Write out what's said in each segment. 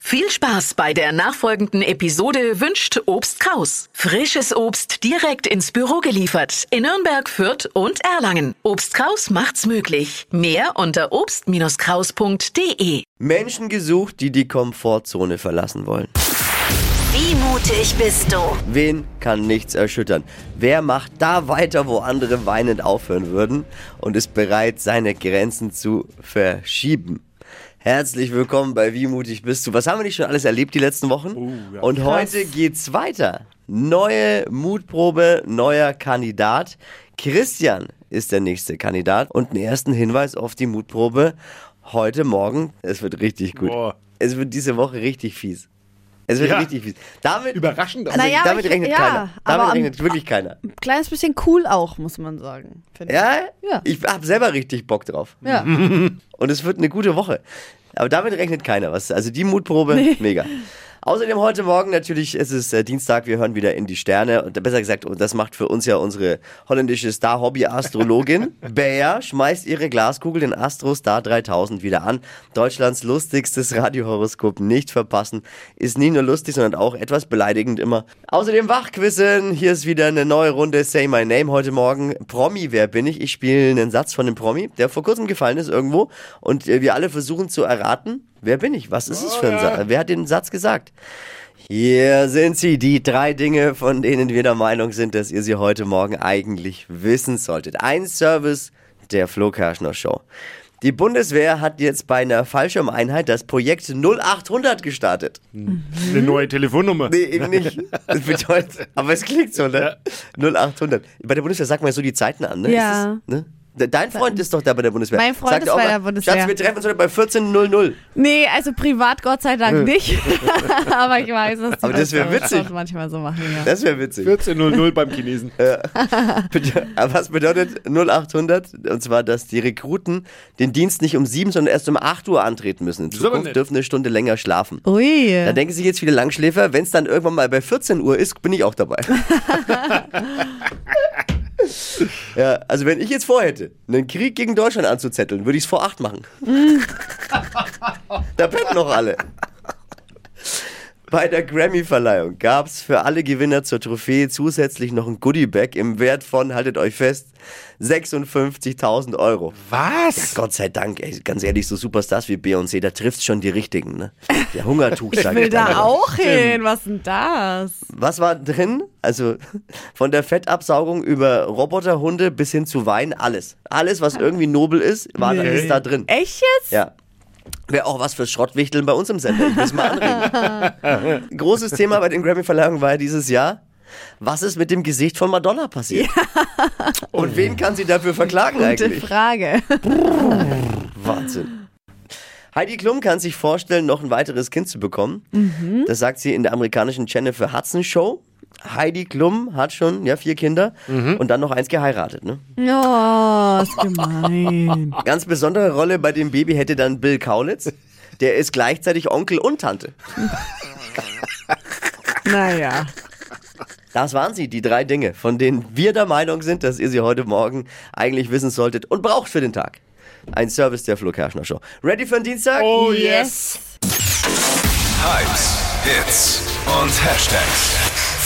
Viel Spaß bei der nachfolgenden Episode wünscht Obst Kraus. Frisches Obst direkt ins Büro geliefert in Nürnberg, Fürth und Erlangen. Obst Kraus macht's möglich. Mehr unter obst-kraus.de. Menschen gesucht, die die Komfortzone verlassen wollen. Wie mutig bist du? Wen kann nichts erschüttern? Wer macht da weiter, wo andere weinend aufhören würden und ist bereit, seine Grenzen zu verschieben? Herzlich willkommen bei Wie mutig bist du? Was haben wir nicht schon alles erlebt die letzten Wochen? Oh, und heute geht's weiter. Neue Mutprobe, neuer Kandidat. Christian ist der nächste Kandidat und einen ersten Hinweis auf die Mutprobe heute Morgen. Es wird richtig gut. Boah. Es wird diese Woche richtig fies. Es wird Ja. richtig fies. Damit Überraschend. also Also, Naja, aber damit ich- rechnet ja, keiner. aber Damit am- rechnet wirklich keiner. kleines bisschen cool auch, muss man sagen. finde ich. Ja? Ja. Ich hab selber richtig Bock drauf. ja. Und es wird eine gute Woche. Aber damit rechnet keiner was. Also die Mutprobe, mega. Außerdem heute Morgen natürlich, es ist äh, Dienstag, wir hören wieder in die Sterne. Und besser gesagt, und das macht für uns ja unsere holländische Star-Hobby-Astrologin. Bea schmeißt ihre Glaskugel den Astro Star 3000 wieder an. Deutschlands lustigstes Radiohoroskop nicht verpassen. Ist nie nur lustig, sondern auch etwas beleidigend immer. Außerdem Wachquissen. Hier ist wieder eine neue Runde Say My Name heute Morgen. Promi, wer bin ich? Ich spiele einen Satz von einem Promi, der vor kurzem gefallen ist irgendwo. Und äh, wir alle versuchen zu erraten, wer bin ich? Was ist es für ein Satz? Wer hat den Satz gesagt? Hier sind sie, die drei Dinge, von denen wir der Meinung sind, dass ihr sie heute Morgen eigentlich wissen solltet. Ein Service der Flo Kerschner Show. Die Bundeswehr hat jetzt bei einer Fallschirmeinheit das Projekt 0800 gestartet. eine neue Telefonnummer. Nee, eben nicht. Das bedeutet, aber es klingt so, ne? 0800. Bei der Bundeswehr sagt man ja so die Zeiten an, ne? Ja. Ist das, ne? De- Dein Freund ist doch da bei der Bundeswehr. Mein Freund Sagt ist auch bei mal, der Bundeswehr. Schatz, wir treffen uns heute bei 14.00. Nee, also privat Gott sei Dank nicht. aber ich weiß, dass die Aber das wär Leute witzig. schon manchmal so machen. Ja. Das wäre witzig. 14.00 beim Chinesen. Äh. Bede- Aber Was bedeutet 0800? Und zwar, dass die Rekruten den Dienst nicht um 7, sondern erst um 8 Uhr antreten müssen. In ist aber Zukunft nett. dürfen eine Stunde länger schlafen. Da Ui. denken sich jetzt viele Langschläfer, wenn es dann irgendwann mal bei 14 Uhr ist, bin ich auch dabei. ja, also wenn ich jetzt vorhätte, einen Krieg gegen Deutschland anzuzetteln, würde ich es vor 8 machen. da pennen noch alle. Bei der Grammy-Verleihung gab es für alle Gewinner zur Trophäe zusätzlich noch ein Goodie-Bag im Wert von, haltet euch fest, 56.000 Euro. Was? Gott sei Dank, ey, ganz ehrlich, so Superstars wie Beyoncé, da trifft schon die Richtigen. Ne? Der Hungertuch, Ich sag will dann da mal. auch hin. Was denn das? Was war drin? Also von der Fettabsaugung über Roboterhunde bis hin zu Wein, alles. Alles, was irgendwie nobel ist, war, da- ist da drin. Echt jetzt? Ja. Wäre auch was fürs Schrottwichteln bei uns im Sender. Ich will's mal anregen. Großes Thema bei den Grammy-Verleihungen war ja dieses Jahr, was ist mit dem Gesicht von Madonna passiert? Und wen kann sie dafür verklagen Gute eigentlich? Frage. Wahnsinn. Heidi Klum kann sich vorstellen, noch ein weiteres Kind zu bekommen. Das sagt sie in der amerikanischen Jennifer Hudson Show. Heidi Klum hat schon ja, vier Kinder und dann noch eins geheiratet. Ne? Oh, ist gemein. Ganz besondere Rolle bei dem Baby hätte dann Bill Kaulitz. Der ist gleichzeitig Onkel und Tante. Naja. Das waren sie, die drei Dinge, von denen wir der Meinung sind, dass ihr sie heute Morgen eigentlich wissen solltet und braucht für den Tag. Ein Service der Flo Kerschner Show. Ready für den Dienstag? Oh yes. Hypes, Hits und Hashtags.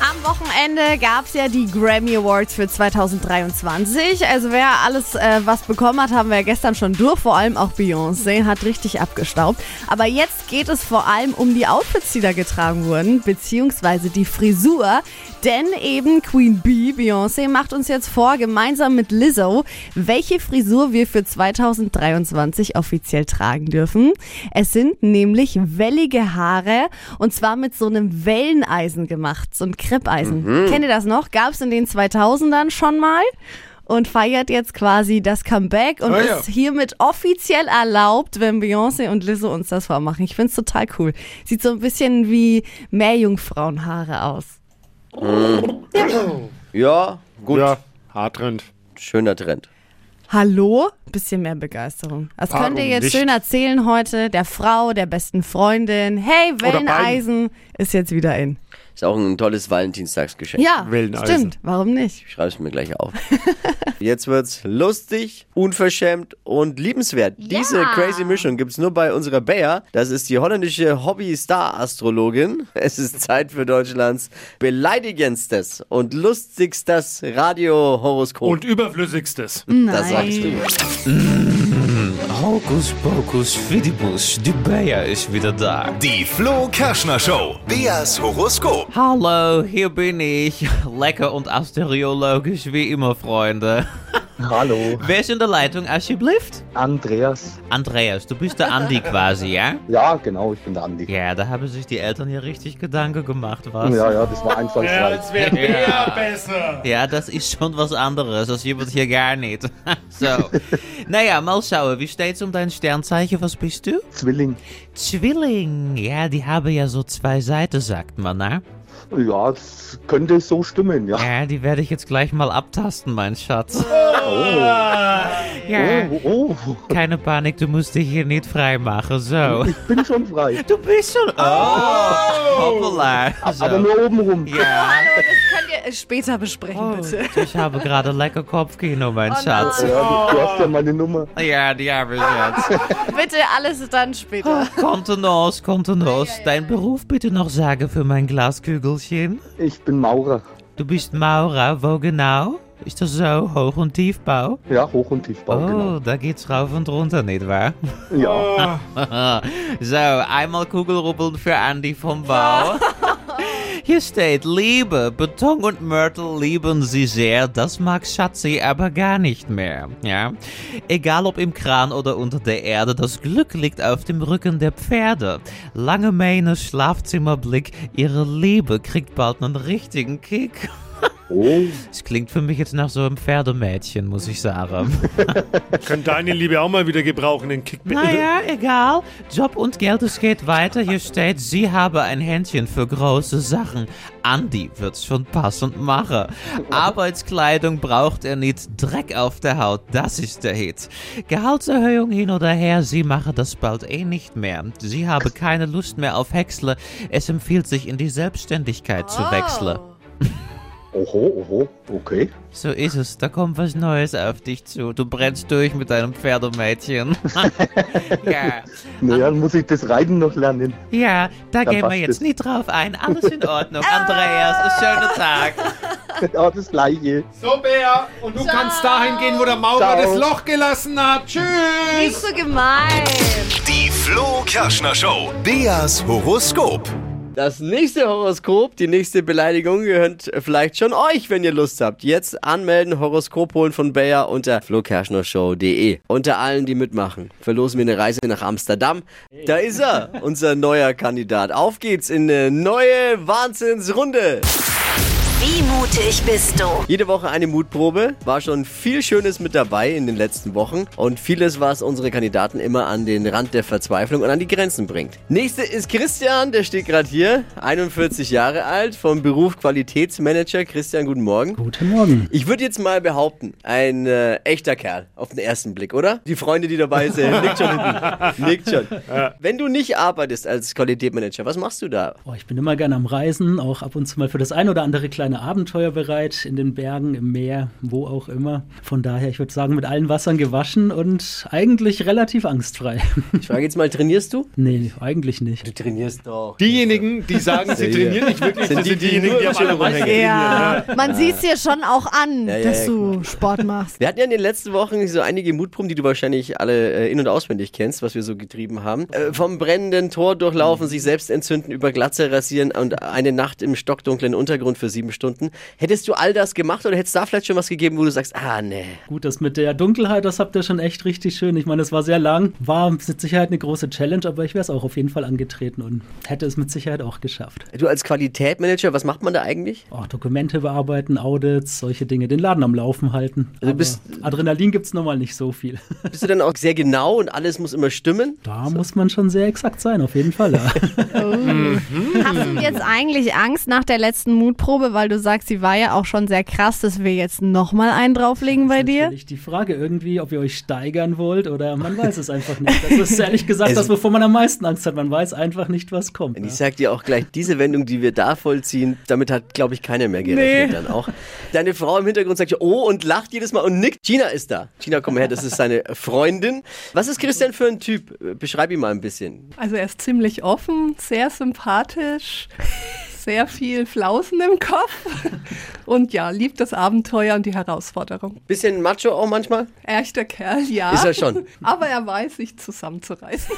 Am Wochenende gab es ja die Grammy Awards für 2023. Also wer alles äh, was bekommen hat, haben wir ja gestern schon durch. Vor allem auch Beyoncé hat richtig abgestaubt. Aber jetzt geht es vor allem um die Outfits, die da getragen wurden, beziehungsweise die Frisur. Denn eben Queen Bee, Beyoncé, macht uns jetzt vor, gemeinsam mit Lizzo, welche Frisur wir für 2023 offiziell tragen dürfen. Es sind nämlich wellige Haare und zwar mit so einem Welleneisen gemacht, so ein Kreppeisen. Mhm. Kennt ihr das noch? Gab es in den 2000ern schon mal und feiert jetzt quasi das Comeback und Ah, ja. ist hiermit offiziell erlaubt, wenn Beyoncé und Lizzo uns das vormachen. Ich find's total cool. Sieht so ein bisschen wie Meerjungfrauenhaare aus. Ja, gut. Ja, Haartrend. Schöner Trend. Hallo? Bisschen mehr Begeisterung. Das Warum könnt ihr jetzt nicht? schön erzählen heute der Frau, der besten Freundin. Hey, beiden. Welleneisen ist jetzt wieder in. Ist auch ein tolles Valentinstagsgeschenk. Ja, Welleneisen. stimmt. Warum nicht? Ich schreibe es mir gleich auf. Jetzt wird's lustig, unverschämt und liebenswert. Diese crazy Mischung gibt's nur bei unserer Bea. Das ist die holländische Hobby-Star-Astrologin. Es ist Zeit für Deutschlands beleidigendstes und lustigstes Radiohoroskop. Und überflüssigstes. das sagst du. Hokus pokus fidibus, die Bea ist wieder da. Die Flo Kerschner Show. Beas Horoskop. Hallo, hier bin ich. Lecker und asteriologisch wie immer, Freunde. Hallo, Wer ist in der Leitung, alsjeblieft? Andreas. Andreas, du bist der Andi quasi, ja? Ja, genau, ich bin der Andi. Ja, da haben sich die Eltern hier richtig Gedanken gemacht, was? Ja, ja, das war Ja, einfallsreich. das wäre mehr besser. Ja, das ist schon was anderes. Das jemand hier gar nicht. so. Naja, mal schauen. Nou Wie steht's um dein Sternzeichen? Was bist du? Zwilling. Zwilling. Ja, die haben ja so zwei Seiten, sagt man, ne? Ja, das könnte so stimmen, ja. Ja, die werde ich jetzt gleich mal abtasten, mein Schatz. Ah. Ja, Oh, oh, keine Panik, du musst dich hier nicht freimachen, so. ich bin schon frei. Du bist schon... Oh, hoppala. Aber So. nur oben rum. Ja, Könnt ihr später besprechen, oh, ich habe gerade lecker Kopfkino, mein Schatz. Ja, du, du hast ja meine Nummer. Ja, die habe ich jetzt. Bitte alles dann später. Kontenance, Kontenance. Dein Beruf bitte noch sagen für mein Glaskügelchen. Ich bin Maurer. Du bist Maurer, wo genau? Ist das so, Hoch- und Tiefbau? Ja, Hoch- und Tiefbau, oh, genau. da geht's rauf und runter, nicht wahr? Ja, Ah, so, einmal Kugelrubbeln für Andy vom Bau. Hier steht, Liebe, Beton und Mörtel lieben sie sehr, das mag Schatzi aber gar nicht mehr. Ja? Egal ob im Kran oder unter der Erde, das Glück liegt auf dem Rücken der Pferde. Lange Mähne, Schlafzimmerblick, ihre Liebe kriegt bald einen richtigen Kick. oh, Es klingt für mich jetzt nach so einem Pferdemädchen, muss ich sagen. Kann deine Liebe auch mal wieder gebrauchen, den Kick bitte. Naja, egal. Job und Geld, es geht weiter. Hier steht, sie habe ein Händchen für große Sachen. Andy wird's schon passend machen. Arbeitskleidung braucht er nicht. Dreck auf der Haut, das ist der Hit. Gehaltserhöhung hin oder her, sie mache das bald eh nicht mehr. Sie habe keine Lust mehr auf Häcksle. Es empfiehlt sich, in die Selbstständigkeit zu wechseln. oho, oho, okay. So ist es, da kommt was Neues auf dich zu. Du brennst durch mit deinem Pferdemädchen. ja. Naja, dann muss ich das Reiten noch lernen. Ja, da Dann gehen wir passt jetzt es. nicht drauf ein. Alles in Ordnung. Andreas, einen schönen Tag. Ja, das Gleiche. So, Bea, und du kannst dahin gehen, wo der Maurer Ciao. das Loch gelassen hat. Tschüss. Nicht so gemein. Die Flo Kerschner Show. Beas Horoskop. Das nächste Horoskop, die nächste Beleidigung gehört vielleicht schon euch, wenn ihr Lust habt. Jetzt anmelden, Horoskop holen von Bayer unter flokerschnershow.de. Unter allen, die mitmachen, verlosen wir eine Reise nach Amsterdam. Da ist er, unser neuer Kandidat. Auf geht's in eine neue Wahnsinnsrunde. Wie mutig bist du? Jede Woche eine Mutprobe. War schon viel Schönes mit dabei in den letzten Wochen. Und vieles, was unsere Kandidaten immer an den Rand der Verzweiflung und an die Grenzen bringt. Nächste ist Christian, der steht gerade hier, 41 Jahre alt, vom Beruf Qualitätsmanager. Christian, guten Morgen. Guten Morgen. Ich würde jetzt mal behaupten, ein äh, echter Kerl auf den ersten Blick, oder? Die Freunde, die dabei sind, nickt schon. hinten. nickt schon. Wenn du nicht arbeitest als Qualitätsmanager, was machst du da? Oh, ich bin immer gerne am Reisen, auch ab und zu mal für das ein oder andere kleine Abenteuer bereit, in den Bergen, im Meer, wo auch immer. Von daher, ich würde sagen, mit allen Wassern gewaschen und eigentlich relativ angstfrei. Ich frage jetzt mal, trainierst du? nee, eigentlich nicht. trainierst doch. Diejenigen, die sagen, sie trainieren nicht wirklich, Sind das die, sind die diejenigen, die nur am Schirm immer rumhängen. Ja, man sieht es dir schon auch an, Ja, ja, dass ja, du Sport machst. Wir hatten ja in den letzten Wochen so einige Mutproben, die du wahrscheinlich alle äh, in- und auswendig kennst, was wir so getrieben haben. Äh, vom brennenden Tor durchlaufen, sich selbst entzünden, über Glatze rasieren und eine Nacht im stockdunklen Untergrund für sieben Stunden. Hättest du all das gemacht oder hättest da vielleicht schon was gegeben, wo du sagst, ah nee. Gut, das mit der Dunkelheit, das habt ihr schon echt richtig schön. Ich meine, es war sehr lang, war mit Sicherheit eine große Challenge, aber ich wäre es auch auf jeden Fall angetreten und hätte es mit Sicherheit auch geschafft. Du als Qualitätmanager, was macht man da eigentlich? Auch Dokumente bearbeiten, Audits, solche Dinge, den Laden am Laufen halten. Also Aber bist- Adrenalin gibt es normal nicht so viel. Bist du dann auch sehr genau und alles muss immer stimmen? Da muss man schon sehr exakt sein, auf jeden Fall. Ja. Hast du jetzt eigentlich Angst nach der letzten Mutprobe, weil du sagst, sie war ja auch schon sehr krass, dass wir jetzt nochmal einen drauflegen bei dir. Natürlich die Frage irgendwie, ob ihr euch steigern wollt oder man weiß es einfach nicht. Das ist ehrlich gesagt das, wovor man am meisten Angst hat. Man weiß einfach nicht, was kommt. Ich ne? sag dir auch gleich, diese Wendung, die wir da vollziehen, damit hat, glaube ich, keiner mehr gerechnet Nee. dann auch. Deine Frau im Hintergrund sagt, oh, und lacht jedes Mal und nickt. Gina ist da. Gina, komm her, das ist seine Freundin. Was ist Christian für ein Typ? Beschreib ihn mal ein bisschen. Also er ist ziemlich offen, sehr sympathisch, sehr viel Flausen im Kopf und ja, liebt das Abenteuer und die Herausforderung. Bisschen macho auch manchmal? Echter Kerl, ja. Ist er schon. Aber er weiß, sich zusammenzureißen.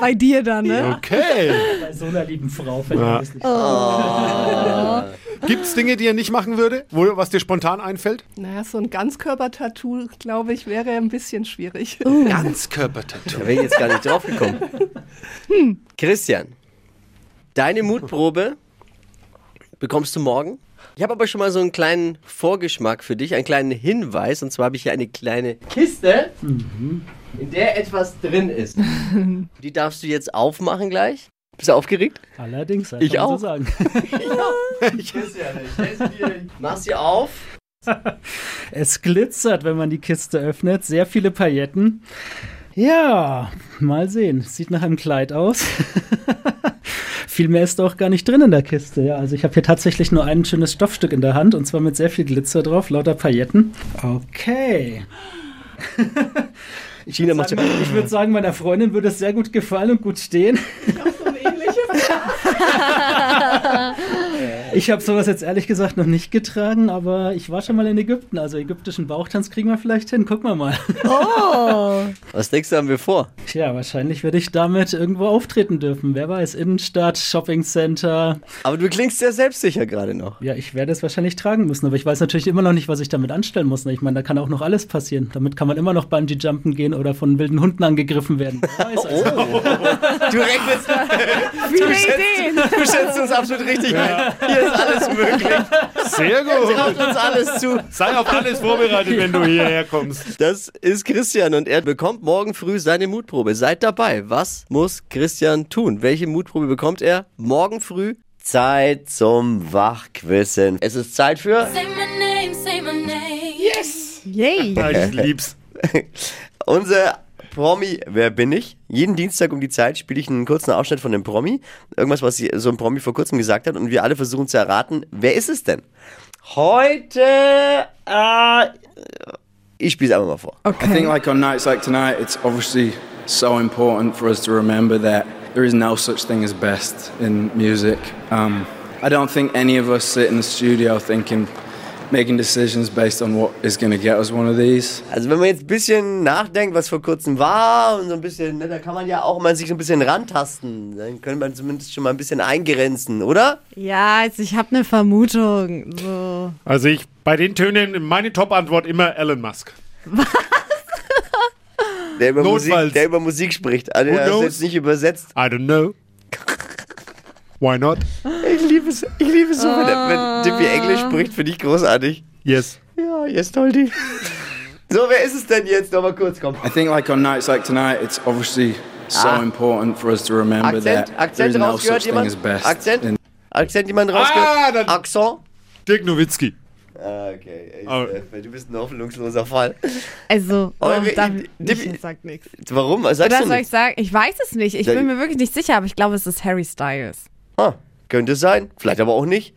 Bei dir dann, ne? Okay. Bei so einer lieben Frau fällt mir das nicht Oh, Gibt es Dinge, die er nicht machen würde, wo, was dir spontan einfällt? Naja, so ein Ganzkörpertattoo, glaube ich, wäre ein bisschen schwierig. Ganzkörpertattoo. Da wäre ich jetzt gar nicht drauf gekommen. Christian, deine Mutprobe bekommst du morgen. Ich habe aber schon mal so einen kleinen Vorgeschmack für dich, einen kleinen Hinweis. Und zwar habe ich hier eine kleine Kiste, in der etwas drin ist. Die darfst du jetzt aufmachen gleich. Bist du aufgeregt? Allerdings, das Ich kann man auch. so sagen. Ich weiß ja nicht. Stellst du dir- Machst dir auf. Es glitzert, wenn man die Kiste öffnet. Sehr viele Pailletten. Ja, mal sehen. Sieht nach einem Kleid aus. viel mehr ist auch gar nicht drin in der Kiste. Ja, also ich habe hier tatsächlich nur ein schönes Stoffstück in der Hand und zwar mit sehr viel Glitzer drauf, lauter Pailletten. Okay. ich würde sagen, ich würd sagen, meiner Freundin würde es sehr gut gefallen und gut stehen. Ich habe sowas jetzt ehrlich gesagt noch nicht getragen, aber ich war schon mal in Ägypten. Also ägyptischen Bauchtanz kriegen wir vielleicht hin. Gucken wir mal. Oh. Was denkst du, haben wir vor? Tja, wahrscheinlich werde ich damit irgendwo auftreten dürfen. Wer weiß, Innenstadt, Shoppingcenter. Aber du klingst sehr selbstsicher gerade noch. Ja, ich werde es wahrscheinlich tragen müssen, aber ich weiß natürlich immer noch nicht, was ich damit anstellen muss. ne? Ich meine, da kann auch noch alles passieren. Damit kann man immer noch Bungee-Jumpen gehen oder von wilden Hunden angegriffen werden. Wer weiß, also. Du rechnest. Viele du, Ideen. schätzt, du schätzt uns absolut richtig ein. Hier ist alles möglich. Sehr gut. Traut uns alles zu. Sei auf alles vorbereitet, wenn du hierher kommst. Das ist Christian und er bekommt morgen früh seine Mutprobe. Seid dabei. Was muss Christian tun? Welche Mutprobe bekommt er morgen früh? Zeit zum Wachquissen. Es ist Zeit für. Yay. Ich lieb's. Unser Promi, wer bin ich? Jeden Dienstag um die Zeit spiele ich einen kurzen Ausschnitt von einem Promi. Irgendwas, was so ein Promi vor kurzem gesagt hat. Und wir alle versuchen zu erraten, wer ist es denn? Heute. Äh, ich spiele es einfach mal vor. I think, like on nights like tonight, it's obviously so important for us to remember that there is no such thing as best in music. Um, I don't think any of us sit in the studio thinking, making decisions based on what is going to get us one of these. Also wenn man jetzt ein bisschen nachdenkt, was vor kurzem war und so ein bisschen, ne, da kann man ja auch mal sich so ein bisschen rantasten. Dann könnte man zumindest schon mal ein bisschen eingrenzen, oder? Ja, jetzt, ich habe eine Vermutung. So. Also ich bei den Tönen meine Top-Antwort immer Elon Musk. Der über, Notfalls. Musik, der über Musik spricht. Also Who der ist knows? jetzt nicht übersetzt. I don't know. Why not? Ich liebe es, ich liebe es so, wenn, Ah. wenn Dippy Englisch spricht, finde ich großartig. Yes. Ja, jetzt toll die. So, wer ist es denn jetzt? Nochmal kurz, komm. I think, like on nights like tonight, it's obviously so Ah. important for us to remember Akzent, that there Akzent is no rausgehört such thing as jemand? best. Akzent? in- Akzent jemand rausgehört? Akzent? Dirk Nowitzki. Ah, okay. Ich, äh, du bist ein hoffnungsloser Fall. Also, oh, Eure darf Idee- ich, Dippy- ich sag nichts. Warum? Was Sagst Oder du soll nicht? ich sagen, ich weiß es nicht. Ich Da- bin mir wirklich nicht sicher, aber ich glaube, es ist Harry Styles. Ah, könnte sein, vielleicht aber auch nicht.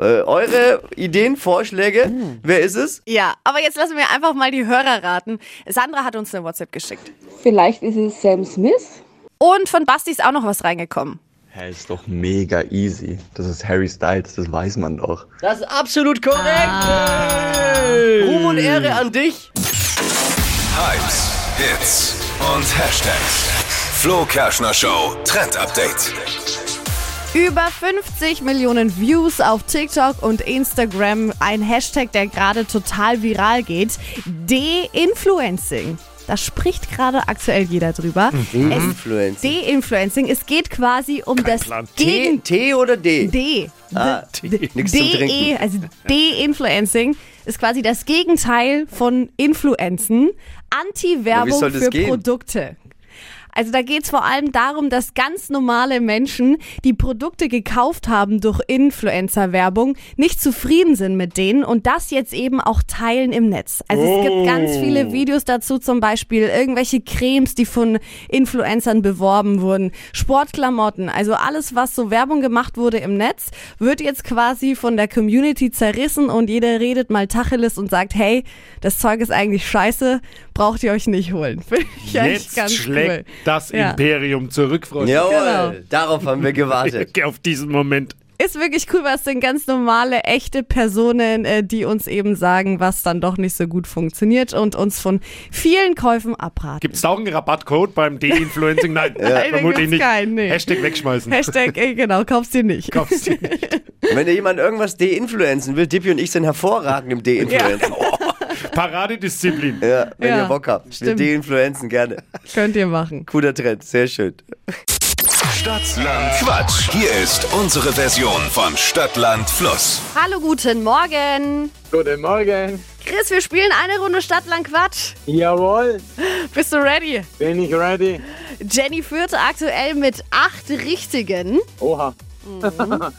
Äh, eure Ideen, Vorschläge, wer ist es? Ja, aber jetzt lassen wir einfach mal die Hörer raten. Sandra hat uns eine WhatsApp geschickt. Vielleicht ist es Sam Smith. Und von Basti ist auch noch was reingekommen. Hä, ist doch mega easy. Das ist Harry Styles, das weiß man doch. Das ist absolut korrekt. Ah. Ruhm und Ehre an dich. Hypes, Hits und Hashtags. Flo Kerschner Show Trend Update. Über 50 Millionen Views auf TikTok und Instagram. Ein Hashtag, der gerade total viral geht. De-Influencing. Da spricht gerade aktuell jeder drüber. Mhm. Es- Influencer. De-Influencing. Es geht quasi um das T, Gegen... T oder D? D. Ah, T. Nichts zum DE, Trinken. also De-Influencing ist quasi das Gegenteil von Influenzen. Aber wie Anti-Werbung soll das für gehen? Produkte. Also da geht es vor allem darum, dass ganz normale Menschen, die Produkte gekauft haben durch Influencer-Werbung, nicht zufrieden sind mit denen und das jetzt eben auch teilen im Netz. Also es gibt ganz Oh. viele Videos dazu, zum Beispiel irgendwelche Cremes, die von Influencern beworben wurden, Sportklamotten, also alles, was so Werbung gemacht wurde im Netz, wird jetzt quasi von der Community zerrissen und jeder redet mal Tacheles und sagt, hey, das Zeug ist eigentlich scheiße, braucht ihr euch nicht holen. Finde ich eigentlich ganz Jetzt schlägt cool. das Ja. Imperium zurück, Freunde. Jawohl, Genau. darauf haben wir gewartet. Auf diesen Moment. Ist wirklich cool, weil es sind ganz normale, echte Personen, äh, die uns eben sagen, was dann doch nicht so gut funktioniert und uns von vielen Käufen abraten. Gibt es da auch einen Rabattcode beim De-Influencing? Nein, Ja. Nein, da vermutlich gibt's nicht. keinen, nee. Hashtag wegschmeißen. Hashtag, äh, genau, kaufst dir nicht. Kaufst dir Wenn dir jemand irgendwas de-influenzen will, Dippy und ich sind hervorragend im De-Influenzen. Paradedisziplin. Ja, wenn Ja, ihr Bock habt. stimmt. Wir de-influenzen gerne. Könnt ihr machen. Cooler Trend, sehr schön. Stadtland Quatsch. Hier ist unsere Version von Stadtland Fluss. Hallo, guten Morgen. Guten Morgen. Chris, wir spielen eine Runde Stadtlang Quatsch. Jawohl, Bist du ready? bin ich ready. Jenny führt aktuell mit acht Richtigen. Mhm. Oha.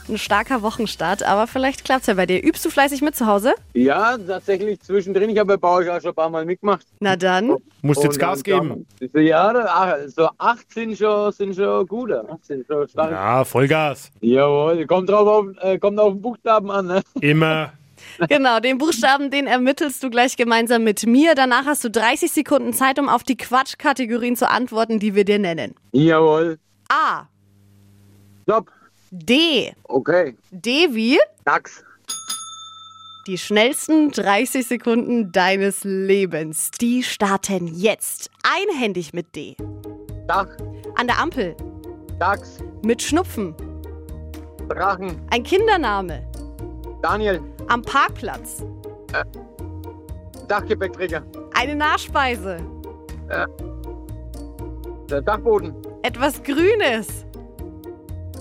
Ein starker Wochenstart, aber vielleicht klappt's ja bei dir. Übst du fleißig mit zu Hause? Ja, tatsächlich zwischendrin. Ich habe bei euch auch schon ein paar Mal mitgemacht. Na dann. Musst jetzt Und Gas dann- geben. Ja, da- so acht sind schon, sind schon gut. Acht sind schon stark. Ja, Vollgas. Jawohl, kommt drauf auf, äh, kommt auf den Buchstaben an. Ne? Immer. Genau, den Buchstaben, den ermittelst du gleich gemeinsam mit mir. Danach hast du 30 Sekunden Zeit, um auf die Quatschkategorien zu antworten, die wir dir nennen. Jawohl. A. Stopp. D. Okay. D wie? Dachs. Die schnellsten 30 Sekunden deines Lebens. Die starten jetzt. Einhändig mit D. Dach. An der Ampel. Dachs. Mit Schnupfen. Drachen. Ein Kindername. Daniel. Am Parkplatz. Äh, Dachgepäckträger. Eine Nachspeise. Der Dachboden. Etwas Grünes.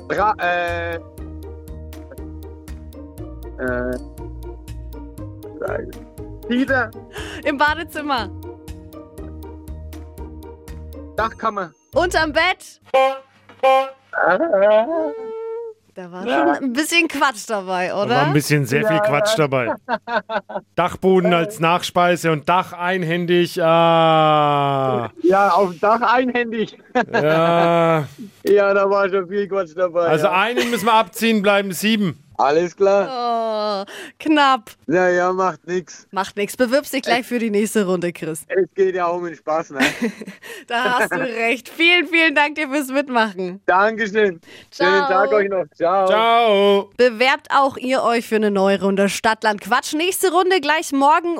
Dra äh. Äh. Dieter. Im Badezimmer. Dachkammer. Unterm Bett. Da war schon ein bisschen Quatsch dabei, oder? War ein bisschen sehr viel Quatsch dabei. Äh. Dachboden als Nachspeise und Dach einhändig. Ah. Ja, auf dem Dach einhändig. Ja. ja, da war schon viel Quatsch dabei. Also ja. einen müssen wir abziehen, bleiben sieben. Alles Oh, klar. knapp. Naja, macht nix. Macht nichts. Bewirbst dich gleich für die nächste Runde, Chris. Es geht ja um den Spaß, ne? Da hast du recht. Vielen, vielen Dank dir fürs Mitmachen. Dankeschön. Schönen Ciao. Tag euch noch. Ciao. Ciao. Bewerbt auch ihr euch für eine neue Runde Stadtland Quatsch. Nächste Runde gleich morgen.